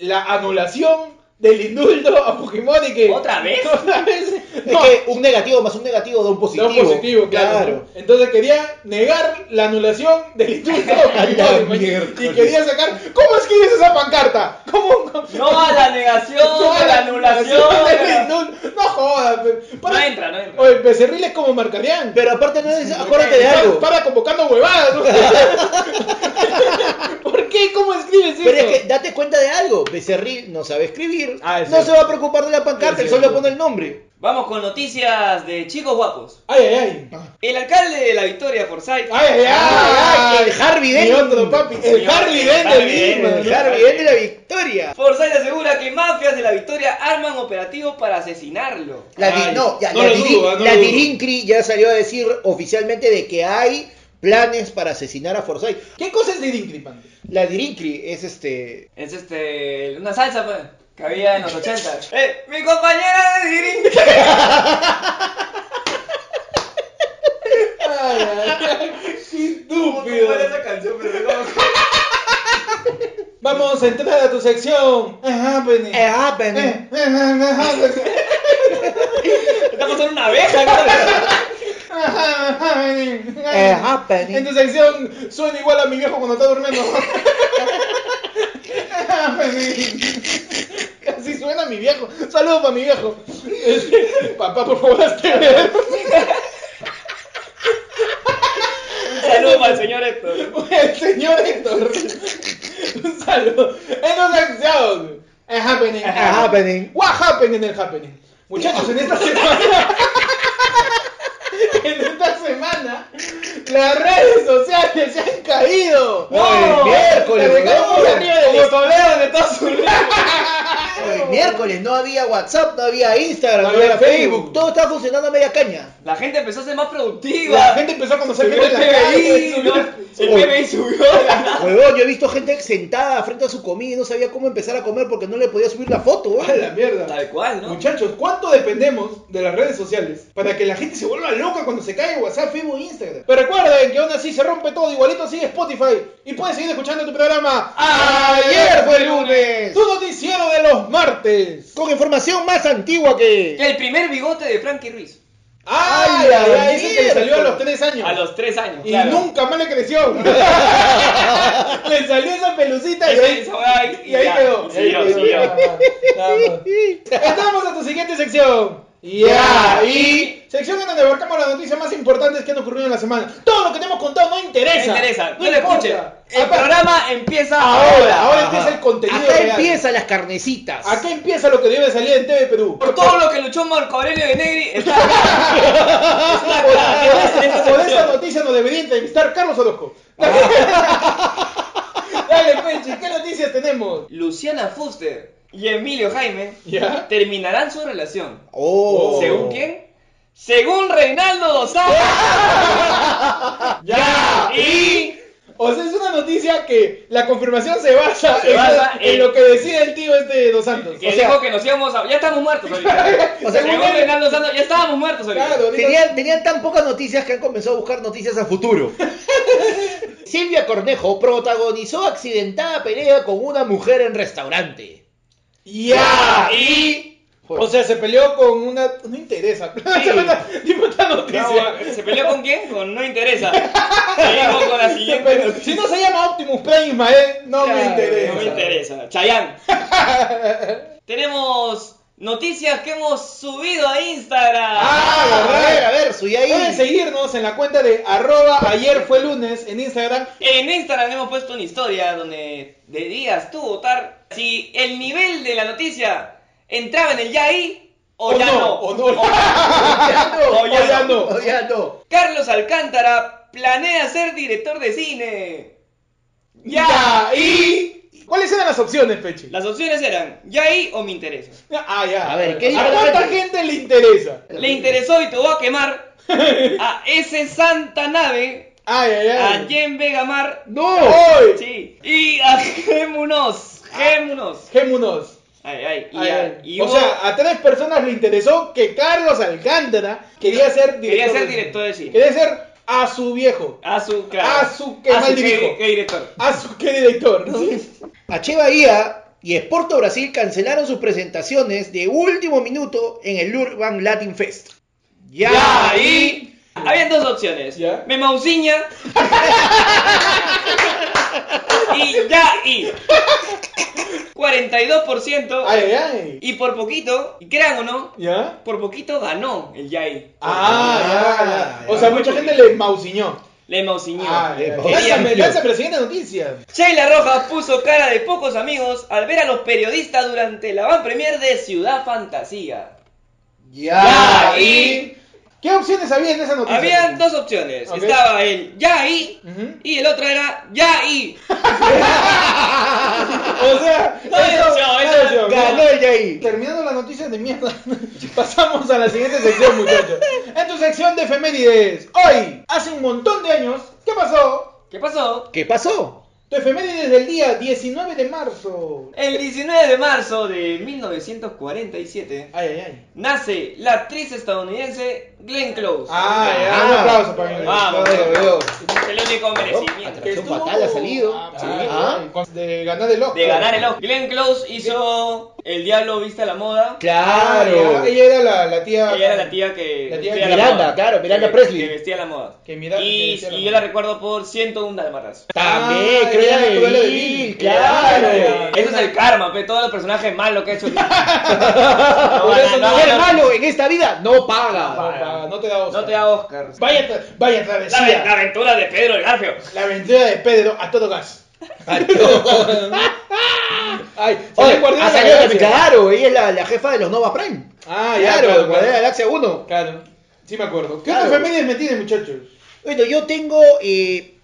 [SPEAKER 2] la anulación del indulto a Fujimori que...
[SPEAKER 3] ¿Otra vez?
[SPEAKER 2] Otra vez.
[SPEAKER 4] Es que un negativo más un negativo da un
[SPEAKER 2] Da
[SPEAKER 4] positivo.
[SPEAKER 2] un positivo, claro. Entonces quería negar la anulación del indulto a
[SPEAKER 4] la
[SPEAKER 2] Fujimori, y
[SPEAKER 4] miércoles.
[SPEAKER 2] quería sacar... ¿Cómo escribes esa pancarta? ¿Cómo? cómo-
[SPEAKER 3] No a la negación,
[SPEAKER 2] no
[SPEAKER 3] a la anulación.
[SPEAKER 2] del
[SPEAKER 3] a la-
[SPEAKER 2] indulto? No jodas. pe-
[SPEAKER 3] No entra, no entra.
[SPEAKER 2] Oye, Becerril es como Marcarián.
[SPEAKER 4] Pero aparte, no es- acuérdate de
[SPEAKER 2] Para-
[SPEAKER 4] algo.
[SPEAKER 2] Para convocando huevadas. ¿no? ¿Por qué? ¿Cómo escribes eso?
[SPEAKER 4] Pero es que date cuenta de algo. Becerril no sabe escribir.
[SPEAKER 2] Ah, es
[SPEAKER 4] no se
[SPEAKER 2] cierto.
[SPEAKER 4] va a preocupar de la pancarta,
[SPEAKER 2] Es
[SPEAKER 4] él solo
[SPEAKER 2] cierto.
[SPEAKER 4] pone el nombre.
[SPEAKER 3] Vamos con noticias de chicos guapos.
[SPEAKER 2] Ay, ay, ay.
[SPEAKER 3] El alcalde de la Victoria, Forsyth.
[SPEAKER 2] Ay, ay, ay.
[SPEAKER 4] Ah, el Harvey
[SPEAKER 2] Ah, Mi
[SPEAKER 4] Dent.
[SPEAKER 2] otro papi. El
[SPEAKER 3] Señor,
[SPEAKER 2] Harley
[SPEAKER 3] el
[SPEAKER 2] Dent de
[SPEAKER 3] Harley
[SPEAKER 2] Lima.
[SPEAKER 3] Dent.
[SPEAKER 2] ¿no?
[SPEAKER 4] Claro, bien de la victoria.
[SPEAKER 3] Forsyth asegura que mafias de la Victoria arman operativos para asesinarlo.
[SPEAKER 4] La, di-
[SPEAKER 2] Ay,
[SPEAKER 4] no, ya,
[SPEAKER 2] no
[SPEAKER 4] la,
[SPEAKER 2] lo
[SPEAKER 4] Diri-
[SPEAKER 2] dudo, no
[SPEAKER 4] la
[SPEAKER 2] lo dudo.
[SPEAKER 4] Dirincri ya salió a decir oficialmente de que hay planes para asesinar a Forsyth.
[SPEAKER 2] ¿Qué cosa es Didin Cripan?
[SPEAKER 4] La Dirincri es este.
[SPEAKER 3] Es este. una salsa, pues. Que había en los 80. ¡Eh! ¡Mi compañera de Dirin!
[SPEAKER 2] Ay, ay, ay. Qué estúpido.
[SPEAKER 3] esa canción, pero no.
[SPEAKER 2] Vamos a entrar a tu sección. Ajá, Penny.
[SPEAKER 4] Eh, ah, Penny.
[SPEAKER 2] Eh, ajá, Penny.
[SPEAKER 3] Estamos en una abeja, ¿no?
[SPEAKER 2] Ajá, ajá, Penny.
[SPEAKER 4] Eh, ajá, Penny.
[SPEAKER 2] En tu sección suena igual a mi viejo cuando está durmiendo. Ajá, Penny. Así suena mi viejo. Saludos para mi viejo. Este, Papá, por favor, hazte ver.
[SPEAKER 3] Un saludo para el señor Héctor.
[SPEAKER 2] Pues, El señor Héctor. Un saludo. En una sección. Eh, happening.
[SPEAKER 4] Ajá, happening.
[SPEAKER 2] What happened en el happening? Muchachos, en esta semana. en esta semana. Las redes sociales se han caído.
[SPEAKER 4] No, el miércoles,
[SPEAKER 2] Se dejaron
[SPEAKER 4] weón.
[SPEAKER 2] por arriba de
[SPEAKER 3] Como
[SPEAKER 2] listo.
[SPEAKER 3] Toledo de todos sus
[SPEAKER 4] Hoy miércoles no había WhatsApp, no había Instagram,
[SPEAKER 2] No
[SPEAKER 4] no,
[SPEAKER 2] había
[SPEAKER 4] había Facebook.
[SPEAKER 2] Facebook.
[SPEAKER 4] Todo estaba funcionando a media caña.
[SPEAKER 3] La gente empezó a ser más productiva.
[SPEAKER 2] La gente empezó a conocer gente
[SPEAKER 3] subió
[SPEAKER 2] en
[SPEAKER 3] el
[SPEAKER 2] la calle.
[SPEAKER 3] PBI,
[SPEAKER 2] subió-
[SPEAKER 3] subió, el PBI subió.
[SPEAKER 4] Huevón, yo he visto gente sentada frente a su comida y no sabía cómo empezar a comer porque no le podía subir la foto.
[SPEAKER 2] A
[SPEAKER 4] weón.
[SPEAKER 2] la mierda.
[SPEAKER 3] Tal cual, ¿no?
[SPEAKER 2] Muchachos, ¿cuánto dependemos de las redes sociales para que la gente se vuelva loca cuando se cae WhatsApp, Facebook, Instagram? Pero recuerden que aún así se rompe todo, igualito sigue Spotify y puedes seguir escuchando tu programa Ayer fue lunes, tu noticiero de los martes.
[SPEAKER 4] Con información más antigua que.
[SPEAKER 3] El primer bigote de Frankie Ruiz.
[SPEAKER 2] ¡Ay,
[SPEAKER 4] ¡Ay,
[SPEAKER 2] ay,
[SPEAKER 4] la
[SPEAKER 2] ay! Ese que le
[SPEAKER 4] mierda!
[SPEAKER 2] salió a los tres años.
[SPEAKER 3] A los tres años.
[SPEAKER 2] Y
[SPEAKER 3] claro.
[SPEAKER 2] nunca más le creció. le salió esa pelucita y
[SPEAKER 3] Esa-
[SPEAKER 2] ahí,
[SPEAKER 3] esa- ay,
[SPEAKER 2] y ahí
[SPEAKER 3] ya.
[SPEAKER 2] quedó.
[SPEAKER 3] Sí, yo, sí, yo.
[SPEAKER 2] Nada más, nada más. Entramos a tu siguiente sección. Ya, y. Sección en donde abarcamos las noticias más importantes que han ocurrido en la semana. Todo lo que te hemos contado no
[SPEAKER 3] Me
[SPEAKER 2] interesa.
[SPEAKER 3] interesa. No,
[SPEAKER 2] no
[SPEAKER 3] lo escuchen.
[SPEAKER 2] importa.
[SPEAKER 3] El
[SPEAKER 2] Acá-
[SPEAKER 3] programa empieza
[SPEAKER 2] Ahora,
[SPEAKER 3] ahora.
[SPEAKER 2] ahora
[SPEAKER 4] Ajá.
[SPEAKER 2] empieza el contenido.
[SPEAKER 4] Acá
[SPEAKER 2] real.
[SPEAKER 4] empiezan las carnecitas.
[SPEAKER 2] Acá empieza lo que debe salir en TV Perú.
[SPEAKER 3] Por todo lo que luchó Marco Aurelio de Negri, está acá. Está acá. En esta
[SPEAKER 2] Por esa
[SPEAKER 3] sección.
[SPEAKER 2] noticia nos debería entrevistar Carlos Orozco.
[SPEAKER 3] Ah.
[SPEAKER 2] Dale, Penchi, ¿qué noticias tenemos?
[SPEAKER 3] Luciana Fuster y Emilio Jaime
[SPEAKER 2] ¿Ya?
[SPEAKER 3] terminarán su relación.
[SPEAKER 4] Oh.
[SPEAKER 3] ¿Según quién? Según Reinaldo Dosado.
[SPEAKER 2] ¡Ya!
[SPEAKER 3] y
[SPEAKER 2] O sea, es una noticia que la confirmación se basa,
[SPEAKER 3] Se
[SPEAKER 2] en,
[SPEAKER 3] basa
[SPEAKER 2] en
[SPEAKER 3] en-
[SPEAKER 2] lo que decide el tío este Dos Santos.
[SPEAKER 3] que
[SPEAKER 2] O sea,
[SPEAKER 3] dijo que nos íbamos a... Ya estamos muertos ahorita.
[SPEAKER 4] O sea,
[SPEAKER 3] Según
[SPEAKER 2] él-
[SPEAKER 3] Reinaldo Dosado, ya estábamos muertos ahorita.
[SPEAKER 2] claro, ahorita-
[SPEAKER 4] Tenían, tenían tan pocas noticias que han comenzado a buscar noticias a futuro. Silvia Cornejo protagonizó accidentada pelea con una mujer en restaurante.
[SPEAKER 2] Ya.
[SPEAKER 3] Y.
[SPEAKER 2] O sea, se peleó con una. No interesa. Tipo esta noticia.
[SPEAKER 3] No, bueno, ¿Se peleó con quién? Con no interesa. Seguimos con la
[SPEAKER 2] Sí,
[SPEAKER 3] siguiente.
[SPEAKER 2] pero si no se llama Optimus Prime Ismael, no me
[SPEAKER 4] Claro,
[SPEAKER 2] interesa.
[SPEAKER 3] No me interesa. Chayanne. Tenemos noticias que hemos subido a Instagram.
[SPEAKER 2] Ah,
[SPEAKER 4] a
[SPEAKER 2] ¿verdad?
[SPEAKER 4] ver, a ver, subí ahí.
[SPEAKER 2] Pueden seguirnos en la cuenta de arroba ayer fue lunes en Instagram.
[SPEAKER 3] En Instagram hemos puesto una historia donde debías tú votar si el nivel de la noticia entraba en el ya ahí o,
[SPEAKER 2] O
[SPEAKER 3] ya
[SPEAKER 2] no,
[SPEAKER 3] no.
[SPEAKER 2] o no.
[SPEAKER 4] O
[SPEAKER 2] ya no.
[SPEAKER 4] O ya no.
[SPEAKER 3] Carlos Alcántara planea ser director de cine.
[SPEAKER 2] Ya, y. ¿Cuáles eran las opciones, Pechi?
[SPEAKER 3] Las opciones eran ya ahí o me interesa.
[SPEAKER 2] Ah, ya.
[SPEAKER 4] A ver, ¿qué
[SPEAKER 2] ¿A
[SPEAKER 4] dijo la
[SPEAKER 2] cuánta
[SPEAKER 4] gente?
[SPEAKER 2] gente le interesa?
[SPEAKER 3] Le interesó y tuvo a quemar a ese santa nave,
[SPEAKER 2] Ay, ay,
[SPEAKER 3] a
[SPEAKER 2] ay.
[SPEAKER 3] Jen Vegamar,
[SPEAKER 2] ¡No!
[SPEAKER 3] sí, y a Gémunos. Gémunos.
[SPEAKER 2] Gémunos.
[SPEAKER 3] Ay, ay, y,
[SPEAKER 2] Ah. Ay,
[SPEAKER 3] a-
[SPEAKER 2] ay.
[SPEAKER 3] y
[SPEAKER 2] o
[SPEAKER 3] hubo-
[SPEAKER 2] sea, a tres personas le interesó que Carlos Alcántara quería ser director.
[SPEAKER 3] quería ser
[SPEAKER 2] de-
[SPEAKER 3] director de cine.
[SPEAKER 2] Quería ser a su viejo.
[SPEAKER 3] A su, claro.
[SPEAKER 2] A su, que
[SPEAKER 3] A
[SPEAKER 2] mal
[SPEAKER 3] qué-
[SPEAKER 2] dirijo.
[SPEAKER 3] qué director.
[SPEAKER 2] A su qué director. ¿no?
[SPEAKER 4] H. Bahía y Sporto Brasil cancelaron sus presentaciones de último minuto en el Urban Latin Fest. Ya,
[SPEAKER 3] Ya, ahí. Habían dos opciones.
[SPEAKER 2] Ya.
[SPEAKER 3] Me mausiña. y ya, y. 42%.
[SPEAKER 2] Ay, ay, ay.
[SPEAKER 3] Y por poquito, y crean o no,
[SPEAKER 2] ¿Ya?
[SPEAKER 3] por poquito ganó el Yai.
[SPEAKER 2] Ah, ya, ya. O
[SPEAKER 3] ya.
[SPEAKER 2] sea, mucha gente le mausiñó.
[SPEAKER 3] Le mausiñó.
[SPEAKER 2] Ah,
[SPEAKER 4] ya.
[SPEAKER 2] Lánzame, lánzame la siguiente noticia.
[SPEAKER 3] Sheila Rojas puso cara de pocos amigos al ver a los periodistas durante la van premier de Ciudad Fantasía.
[SPEAKER 4] Ya,
[SPEAKER 3] Ya, y-
[SPEAKER 2] ¿Qué opciones había en esa noticia?
[SPEAKER 3] Habían dos opciones.
[SPEAKER 2] Ok.
[SPEAKER 3] Estaba el Yai
[SPEAKER 2] Ujú.
[SPEAKER 3] y el otro era Yai.
[SPEAKER 2] O sea,
[SPEAKER 3] No hay
[SPEAKER 2] eso-
[SPEAKER 3] opción, eso
[SPEAKER 2] no hay
[SPEAKER 3] es
[SPEAKER 2] opción.
[SPEAKER 4] ganó el Yair.
[SPEAKER 2] Terminando las noticias de mierda, pasamos a la siguiente sección, muchachos. En tu sección de efemérides, hoy, hace un montón de años, ¿qué pasó?
[SPEAKER 3] ¿Qué pasó?
[SPEAKER 4] ¿Qué pasó?
[SPEAKER 2] Tu efemérides del día 19 de marzo.
[SPEAKER 3] El 19 de marzo de 1947
[SPEAKER 2] Ay, ay, ay.
[SPEAKER 3] nace la actriz estadounidense Glenn Close.
[SPEAKER 2] Ay, ay,
[SPEAKER 4] Ah.
[SPEAKER 2] un aplauso para mí.
[SPEAKER 3] Vamos,
[SPEAKER 2] Aplauso,
[SPEAKER 3] Glenn.
[SPEAKER 2] aplauso.
[SPEAKER 3] el único merecimiento.
[SPEAKER 2] Oh,
[SPEAKER 4] Atracción fatal ha salido.
[SPEAKER 2] Ah,
[SPEAKER 4] Sí.
[SPEAKER 2] ah, con- De ganar el ojo.
[SPEAKER 3] De ganar el Oscar. Glenn Close hizo El Diablo Vista a la Moda.
[SPEAKER 2] Ah,
[SPEAKER 4] Claro.
[SPEAKER 2] ya, ella era la, la tía.
[SPEAKER 3] Ella era la tía que.
[SPEAKER 2] La tía
[SPEAKER 3] vestía
[SPEAKER 4] Miranda,
[SPEAKER 3] moda.
[SPEAKER 4] claro, Miranda
[SPEAKER 3] Que-
[SPEAKER 4] Presley.
[SPEAKER 3] Que vestía la moda.
[SPEAKER 2] Que mira- que
[SPEAKER 3] y
[SPEAKER 2] vestía la
[SPEAKER 3] y
[SPEAKER 2] moda.
[SPEAKER 3] yo la recuerdo por 101 Dalmatas.
[SPEAKER 4] También,
[SPEAKER 2] Ah,
[SPEAKER 4] Cruella
[SPEAKER 2] ya,
[SPEAKER 4] de
[SPEAKER 2] Cruella de
[SPEAKER 4] Vil,
[SPEAKER 2] Vil.
[SPEAKER 4] claro.
[SPEAKER 2] Claro.
[SPEAKER 3] Eso es el karma, pe. Todos los personajes malos que ha hecho. no,
[SPEAKER 2] Por eso
[SPEAKER 3] no,
[SPEAKER 2] no
[SPEAKER 3] no,
[SPEAKER 4] Ser
[SPEAKER 2] era-
[SPEAKER 3] no,
[SPEAKER 4] malo en esta vida no
[SPEAKER 2] No, pa-
[SPEAKER 4] paga.
[SPEAKER 2] no te da Oscar.
[SPEAKER 3] no te da Oscar.
[SPEAKER 2] Vaya, tra- vaya
[SPEAKER 3] La,
[SPEAKER 2] travesía.
[SPEAKER 3] la aventura de Pedro el Garfio.
[SPEAKER 2] La aventura de Pedro a todo gas. Ay,
[SPEAKER 4] Oye,
[SPEAKER 2] salió Guardián
[SPEAKER 4] ha
[SPEAKER 2] de la
[SPEAKER 4] salido la-
[SPEAKER 2] Galaxia.
[SPEAKER 4] claro, ella es la, la jefa de los Nova Prime.
[SPEAKER 2] Ah, ya,
[SPEAKER 4] claro,
[SPEAKER 2] claro,
[SPEAKER 4] Guardián de la
[SPEAKER 2] claro.
[SPEAKER 4] Galaxia 1.
[SPEAKER 2] Claro. Sí me acuerdo. ¿Qué
[SPEAKER 4] Claro.
[SPEAKER 2] otra familia me tiene, muchachos?
[SPEAKER 4] Bueno, yo tengo eh,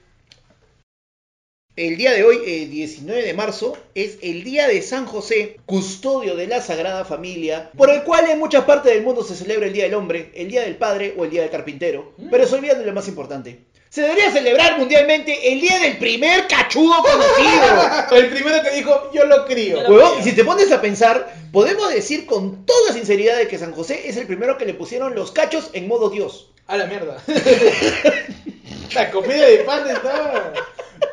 [SPEAKER 4] el día de hoy, eh, 19 de marzo, es el día de San José, custodio de la Sagrada Familia, por el cual en muchas partes del mundo se celebra el Día del Hombre, el Día del Padre o el Día del Carpintero, pero se olvidan de lo más importante. Se debería celebrar mundialmente el día del primer cachudo conocido.
[SPEAKER 2] El primero que dijo, yo lo crío.
[SPEAKER 3] Yo lo-
[SPEAKER 4] Huevón, y si te pones a pensar, podemos decir con toda sinceridad de que San José es el primero que le pusieron los cachos en modo Dios.
[SPEAKER 2] A la mierda. la comida de pan está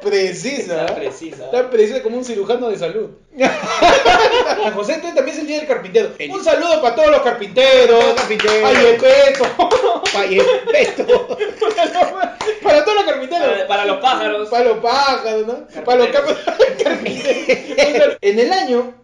[SPEAKER 2] precisa.
[SPEAKER 3] Está precisa.
[SPEAKER 2] Está precisa como un cirujano de salud. San José entonces también es el día del carpintero.
[SPEAKER 4] El-
[SPEAKER 2] Un saludo para todos los carpinteros.
[SPEAKER 4] Todos los carpinteros.
[SPEAKER 2] Ay, el peso.
[SPEAKER 4] Vaya, esto.
[SPEAKER 2] para todos los carpinteros.
[SPEAKER 3] Para, para los pájaros.
[SPEAKER 2] Para los pájaros, ¿no? Para los carpinteros. Carpinteros. en el año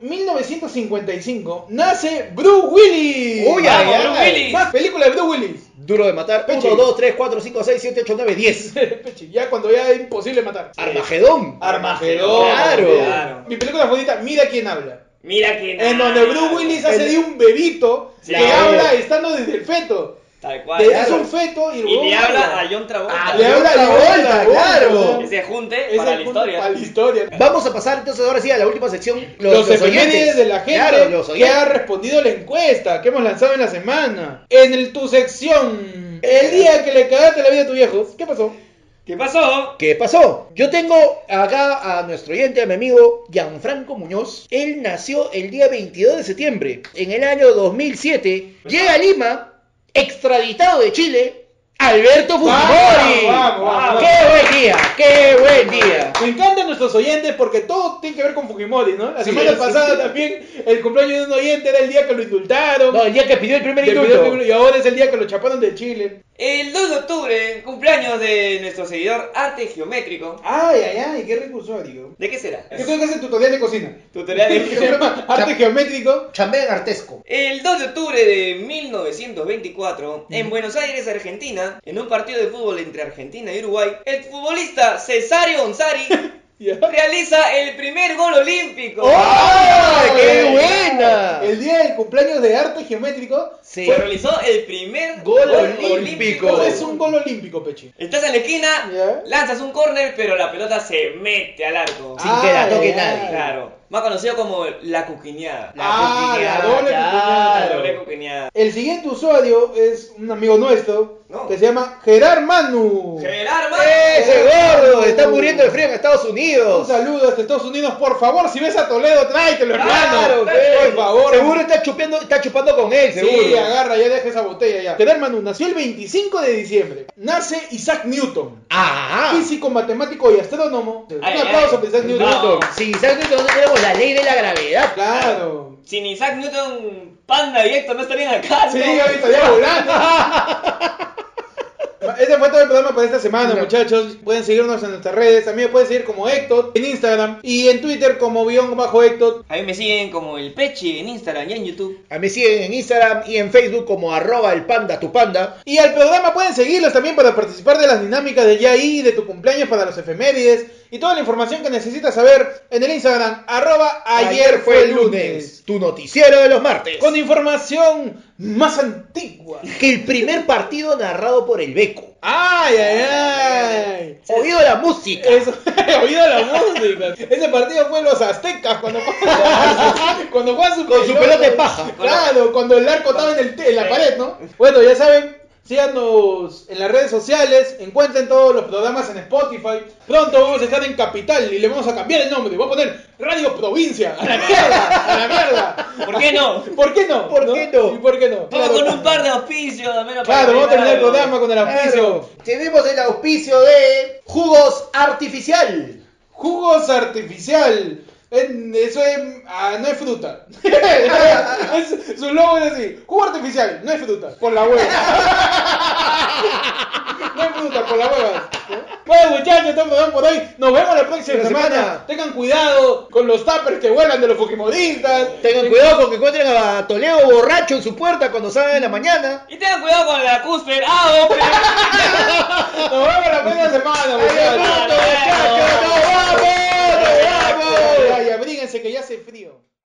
[SPEAKER 2] 1955 nace Bruce Willis.
[SPEAKER 4] Uy, ay,
[SPEAKER 2] Vamos,
[SPEAKER 3] ay.
[SPEAKER 2] Más película de Bruce Willis.
[SPEAKER 4] Duro de matar.
[SPEAKER 2] Peche.
[SPEAKER 4] 1, 2, 3, 4, 5, 6, 7, 8, 9, 10.
[SPEAKER 2] Peche, Ya cuando ya es imposible matar.
[SPEAKER 4] Armagedón.
[SPEAKER 2] Armagedón.
[SPEAKER 4] Claro.
[SPEAKER 3] Claro.
[SPEAKER 2] Mi película favorita, Mira quién habla.
[SPEAKER 3] Mira que
[SPEAKER 2] En donde Eh, Bruce Willis hace
[SPEAKER 4] El-
[SPEAKER 2] de un bebito
[SPEAKER 3] Sí.
[SPEAKER 2] que
[SPEAKER 4] Claro.
[SPEAKER 2] habla estando desde el feto.
[SPEAKER 3] Tal cual.
[SPEAKER 2] De- Es
[SPEAKER 3] claro.
[SPEAKER 2] un feto y, el
[SPEAKER 3] Y
[SPEAKER 2] huevón
[SPEAKER 3] le habla
[SPEAKER 2] habla.
[SPEAKER 3] a John Travolta.
[SPEAKER 4] Ah,
[SPEAKER 2] Le habla a
[SPEAKER 4] Travolta,
[SPEAKER 2] Travolta,
[SPEAKER 4] claro.
[SPEAKER 2] o sea,
[SPEAKER 3] Ese junte
[SPEAKER 2] es
[SPEAKER 3] para
[SPEAKER 2] el
[SPEAKER 3] la
[SPEAKER 2] punto
[SPEAKER 3] historia.
[SPEAKER 2] Para la historia.
[SPEAKER 4] Vamos a pasar entonces ahora sí a la última sección.
[SPEAKER 2] Los,
[SPEAKER 4] oyentes.
[SPEAKER 2] efemérides de la gente
[SPEAKER 4] Claro, los
[SPEAKER 2] que ha
[SPEAKER 4] oyentes.
[SPEAKER 2] respondido a la encuesta que hemos lanzado en la semana. En el, tu sección, el día que le cagaste la vida a tu viejo, ¿qué pasó?
[SPEAKER 3] ¿Qué pasó?
[SPEAKER 4] ¿Qué pasó? Yo tengo acá a nuestro oyente, a mi amigo Gianfranco Muñoz. Él nació el día 22 de
[SPEAKER 2] Pues
[SPEAKER 4] septiembre, en el año 2007. Llega a Lima, extraditado de Chile, Alberto Fujimori.
[SPEAKER 2] vamos, vamos.
[SPEAKER 4] ¡Qué buen día! ¡Qué buen día!
[SPEAKER 2] Me encantan nuestros oyentes porque todo tiene que ver con Fujimori, ¿no? La
[SPEAKER 4] Sí,
[SPEAKER 2] semana
[SPEAKER 4] sí.
[SPEAKER 2] pasada también el cumpleaños de un oyente era el día que lo indultaron.
[SPEAKER 4] No, el día que pidió el primer
[SPEAKER 2] Del
[SPEAKER 4] indulto.
[SPEAKER 2] primer- y ahora es el día que lo chaparon de Chile.
[SPEAKER 3] El 2 de octubre, cumpleaños de nuestro seguidor Arte Geométrico.
[SPEAKER 2] Ay, ay, ay, qué rico usuario.
[SPEAKER 3] ¿De qué será?
[SPEAKER 2] Yo creo que hacen tutorial de cocina.
[SPEAKER 3] Tutorial
[SPEAKER 2] Se
[SPEAKER 3] de...
[SPEAKER 2] llama Arte geométrico.
[SPEAKER 6] Chambé Artesco.
[SPEAKER 3] El 2 de octubre de 1924, en Buenos Aires, Argentina, en un partido de fútbol entre Argentina y Uruguay, el futbolista Cesario Gonzari
[SPEAKER 2] Ya.
[SPEAKER 3] realiza el primer gol olímpico.
[SPEAKER 2] ¡Oh!
[SPEAKER 4] ¡Ah, qué
[SPEAKER 2] Ay,
[SPEAKER 4] buena!
[SPEAKER 2] El día del cumpleaños de arte geométrico
[SPEAKER 4] Sí.
[SPEAKER 3] Se realizó el primer
[SPEAKER 4] Gol
[SPEAKER 3] gol,
[SPEAKER 4] olímpico.
[SPEAKER 3] olímpico.
[SPEAKER 2] no es un gol olímpico, Pechi.
[SPEAKER 3] Estás en la esquina,
[SPEAKER 2] Ya.
[SPEAKER 3] lanzas un córner, pero la pelota se mete al arco.
[SPEAKER 2] Ah,
[SPEAKER 4] Sin que la
[SPEAKER 2] Ay,
[SPEAKER 4] toque
[SPEAKER 2] ay,
[SPEAKER 4] nadie.
[SPEAKER 3] Claro, más conocido como la cuquiñada.
[SPEAKER 4] La
[SPEAKER 2] Ah,
[SPEAKER 4] cuquiñada,
[SPEAKER 2] la doble
[SPEAKER 4] claro.
[SPEAKER 3] La doble cuquiñada.
[SPEAKER 2] El siguiente usuario es un amigo nuestro
[SPEAKER 3] No.
[SPEAKER 2] que se llama Gerard Manu.
[SPEAKER 3] Gerard Manu.
[SPEAKER 4] ¡Ese gordo! ¡Está muriendo de frío en Estados
[SPEAKER 2] Un
[SPEAKER 4] Unidos!
[SPEAKER 2] saludo hasta Estados Unidos, por favor, si ves a Toledo, tráetelo, hermano.
[SPEAKER 4] ¡Claro!
[SPEAKER 2] por favor.
[SPEAKER 4] Seguro está chupando, está chupando con él, seguro.
[SPEAKER 2] Sí, agarra, ya deja esa botella ya. Gerard Manu nació el 25 de diciembre. Nace Isaac Newton.
[SPEAKER 4] ¡Ah!
[SPEAKER 2] Físico, matemático y astrónomo. Un
[SPEAKER 3] Ay,
[SPEAKER 2] aplauso
[SPEAKER 3] ay.
[SPEAKER 2] para Isaac Newton.
[SPEAKER 3] No.
[SPEAKER 4] Si Isaac Newton no tenemos la ley de la gravedad.
[SPEAKER 2] Claro.
[SPEAKER 3] Sin Isaac Newton, Panda y Héctor no estarían acá.
[SPEAKER 2] Sí,
[SPEAKER 3] ¿no?
[SPEAKER 2] ahorita estaría volando. Este fue todo el programa para esta semana, muchachos. Pueden seguirnos en nuestras redes. También pueden seguir como Hector en Instagram y en Twitter como guión bajo Hector.
[SPEAKER 3] A mí me siguen como el Pechi en Instagram y en YouTube.
[SPEAKER 4] A mí siguen en Instagram y en Facebook como arroba el panda tu panda.
[SPEAKER 2] Y al programa pueden seguirlos también para participar de las dinámicas de Yaí, de tu cumpleaños para los efemérides y toda la información que necesitas saber en el Instagram, arroba ayer fue el lunes.
[SPEAKER 4] Tu noticiero de los martes.
[SPEAKER 2] Con información más antigua.
[SPEAKER 4] que el primer partido narrado por el Beco.
[SPEAKER 2] ¡Ay, ay, ay!
[SPEAKER 4] Oído la música.
[SPEAKER 2] Eso, he oído la música. Ese partido fue los aztecas cuando juegan, cuando juegan su
[SPEAKER 4] Con su pelota de paja.
[SPEAKER 2] Claro, cuando el arco estaba en, el te- en la pared, ¿no? Bueno, ya saben, síganos en las redes sociales, encuentren todos los programas en Spotify. Pronto vamos a estar en Capital y le vamos a cambiar el nombre. Voy a poner Radio Provincia. A la mierda, a la mierda.
[SPEAKER 3] ¿Por qué no?
[SPEAKER 2] ¿Por qué no?
[SPEAKER 4] ¿Por qué no?
[SPEAKER 2] ¿Y por qué no?
[SPEAKER 3] Vamos
[SPEAKER 2] Claro.
[SPEAKER 3] con un par de auspicios, al menos para
[SPEAKER 2] Claro, vamos a terminar el
[SPEAKER 3] algo.
[SPEAKER 2] programa con el auspicio.
[SPEAKER 4] Claro. Tenemos el auspicio de Jugos Artificial.
[SPEAKER 2] Jugos artificial. En- Eso es. ah, no es fruta. Es- su logo es así: jugo artificial, no es fruta. Por la hueva. no es fruta, por la hueva. Bueno, muchachos, estamos programa por hoy. Nos vemos la próxima
[SPEAKER 4] La
[SPEAKER 2] semana.
[SPEAKER 4] semana.
[SPEAKER 2] Tengan cuidado con los tappers que vuelan de los Fujimoristas.
[SPEAKER 4] Tengan cuidado con que encuentren a Toledo borracho en su puerta cuando salgan de la mañana.
[SPEAKER 3] Y tengan cuidado con la Custer. ¡Ah, hombre!
[SPEAKER 2] Nos vemos la próxima semana,
[SPEAKER 4] ¡Adiós, mundo,
[SPEAKER 2] muchachos.
[SPEAKER 4] muchachos! ¡Nos vamos! ¡Nos vamos!
[SPEAKER 2] Ay, abríguense que ya hace frío.